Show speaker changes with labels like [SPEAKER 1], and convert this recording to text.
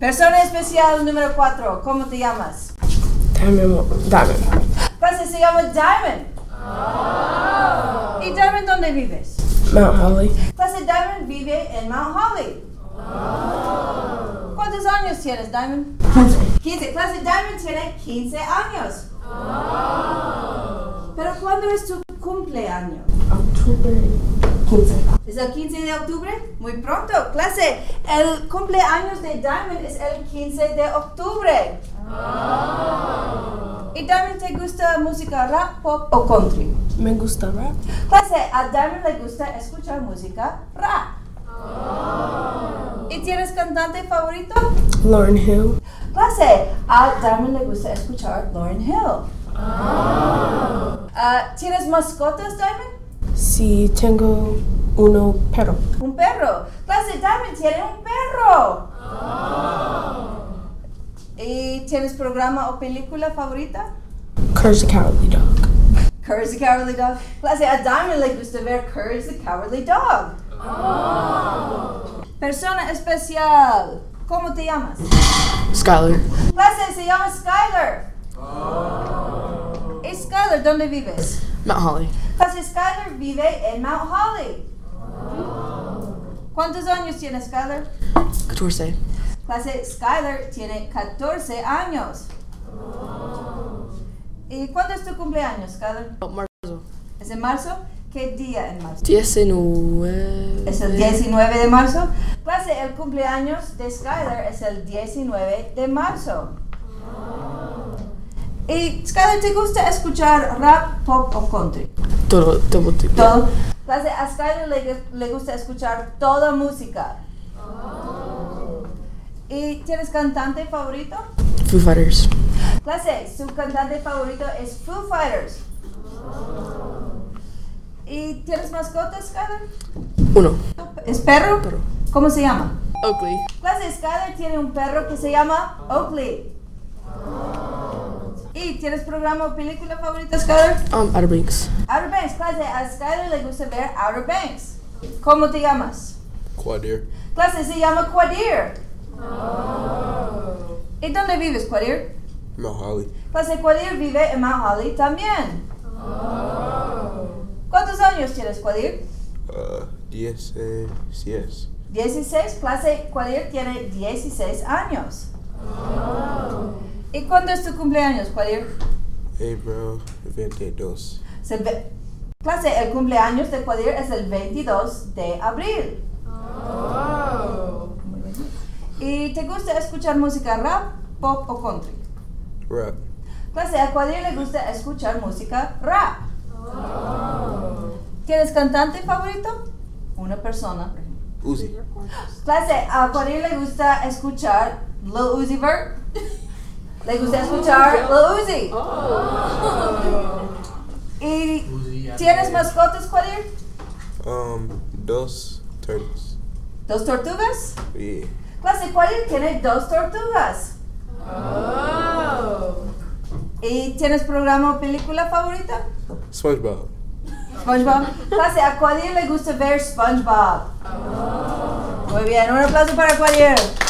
[SPEAKER 1] Persona especial número 4, ¿cómo te llamas?
[SPEAKER 2] Diamond. Diamond.
[SPEAKER 1] Pase, se llama Diamond. ¿Y Diamond dónde vives?
[SPEAKER 2] Mount Holly.
[SPEAKER 1] Clase Diamond vive en Mount Holly. ¿Cuántos años tienes, Diamond? 15. Clase Diamond tiene 15 años. Pero ¿cuándo es tu cumpleaños?
[SPEAKER 2] October 15.
[SPEAKER 1] ¿Es el 15 de octubre? Muy pronto, clase. El cumpleaños de Diamond es el 15 de octubre. ¿Y Diamond te gusta música rap, pop o country?
[SPEAKER 2] Me gusta rap.
[SPEAKER 1] Clase, a Diamond le gusta escuchar música rap. ¿Y tienes cantante favorito?
[SPEAKER 2] Lauren Hill.
[SPEAKER 1] Clase, a Diamond le gusta escuchar Lauren Hill. Ah, ¿Tienes mascotas, Diamond?
[SPEAKER 2] Si tengo uno perro.
[SPEAKER 1] Un perro. Clase, Diamond tiene un perro. ¿Y tienes programa o película favorita?
[SPEAKER 2] Curse the Cowardly Dog.
[SPEAKER 1] Courage the Cowardly Dog. Clase, a Diamond le gusta ver Courage the Cowardly Dog. Persona especial. ¿Cómo te llamas?
[SPEAKER 2] Scholar.
[SPEAKER 1] Clase, se llama Skylar. ¿Y Skylar dónde vives?
[SPEAKER 2] Mount Holly.
[SPEAKER 1] Clase, Skylar vive en Mount Holly. ¿Cuántos años tiene Skylar?
[SPEAKER 2] 14.
[SPEAKER 1] Clase, Skylar tiene 14 años. ¿Y cuándo es tu cumpleaños, Skylar?
[SPEAKER 2] Oh, Marzo.
[SPEAKER 1] ¿Es en marzo? ¿Qué día en marzo?
[SPEAKER 2] 19.
[SPEAKER 1] Es el 19 de marzo. Clase, el cumpleaños de Skylar es el 19 de marzo. ¿Y Skylar te gusta escuchar rap, pop o country?
[SPEAKER 2] Todo, todo tipo.
[SPEAKER 1] Todo. Clase, a Skylar le, le gusta escuchar toda música. ¿Y tienes cantante favorito?
[SPEAKER 2] Foo Fighters.
[SPEAKER 1] Clase, su cantante favorito es Foo Fighters. ¿Y tienes mascota, Skylar?
[SPEAKER 2] Uno.
[SPEAKER 1] ¿Es perro?
[SPEAKER 2] Perro.
[SPEAKER 1] ¿Cómo se llama?
[SPEAKER 2] Oakley.
[SPEAKER 1] Clase Skyler tiene un perro que se llama Oakley. ¿Y tienes programa o película favorita, Skyler?
[SPEAKER 2] Um, Outer Banks.
[SPEAKER 1] Outer Banks, clase. A Skyler le gusta ver Outer Banks. ¿Cómo te llamas?
[SPEAKER 3] Quadir,
[SPEAKER 1] Clase se llama Quadir. ¿Y dónde vives, Quadir?
[SPEAKER 3] Mount Holly,
[SPEAKER 1] Clase Quadir vive en Mount Holly también. ¿Cuántos años tienes, Quadir?
[SPEAKER 3] uh, DSCS,
[SPEAKER 1] 16. Clase Quadir tiene 16 años. ¿Y cuándo es tu cumpleaños, Quadir?
[SPEAKER 3] April 22,
[SPEAKER 1] Se ve- Clase, el cumpleaños de Quadir es el 22 de abril. Muy bien. ¿Y te gusta escuchar música rap, pop o country?
[SPEAKER 3] rap,
[SPEAKER 1] Clase, Pues, a Quadir le gusta escuchar música rap. ¿Tienes cantante favorito? Una persona. por ejemplo.
[SPEAKER 3] Uzi,
[SPEAKER 1] Clase, a Quadir le gusta escuchar Lil Uzi Vert. Le gusta escuchar Lil Uzi. ¿Y tienes mascotas, Quadir?
[SPEAKER 3] um, Dos Turtles,
[SPEAKER 1] ¿Dos tortugas?
[SPEAKER 3] yeah,
[SPEAKER 1] Clase 40 tiene dos tortugas. ¿Y tienes programa o película favorita?
[SPEAKER 3] SpongeBob,
[SPEAKER 1] SpongeBob. Clase, a Quadir le gusta ver SpongeBob. Muy bien, un aplauso para Quadir.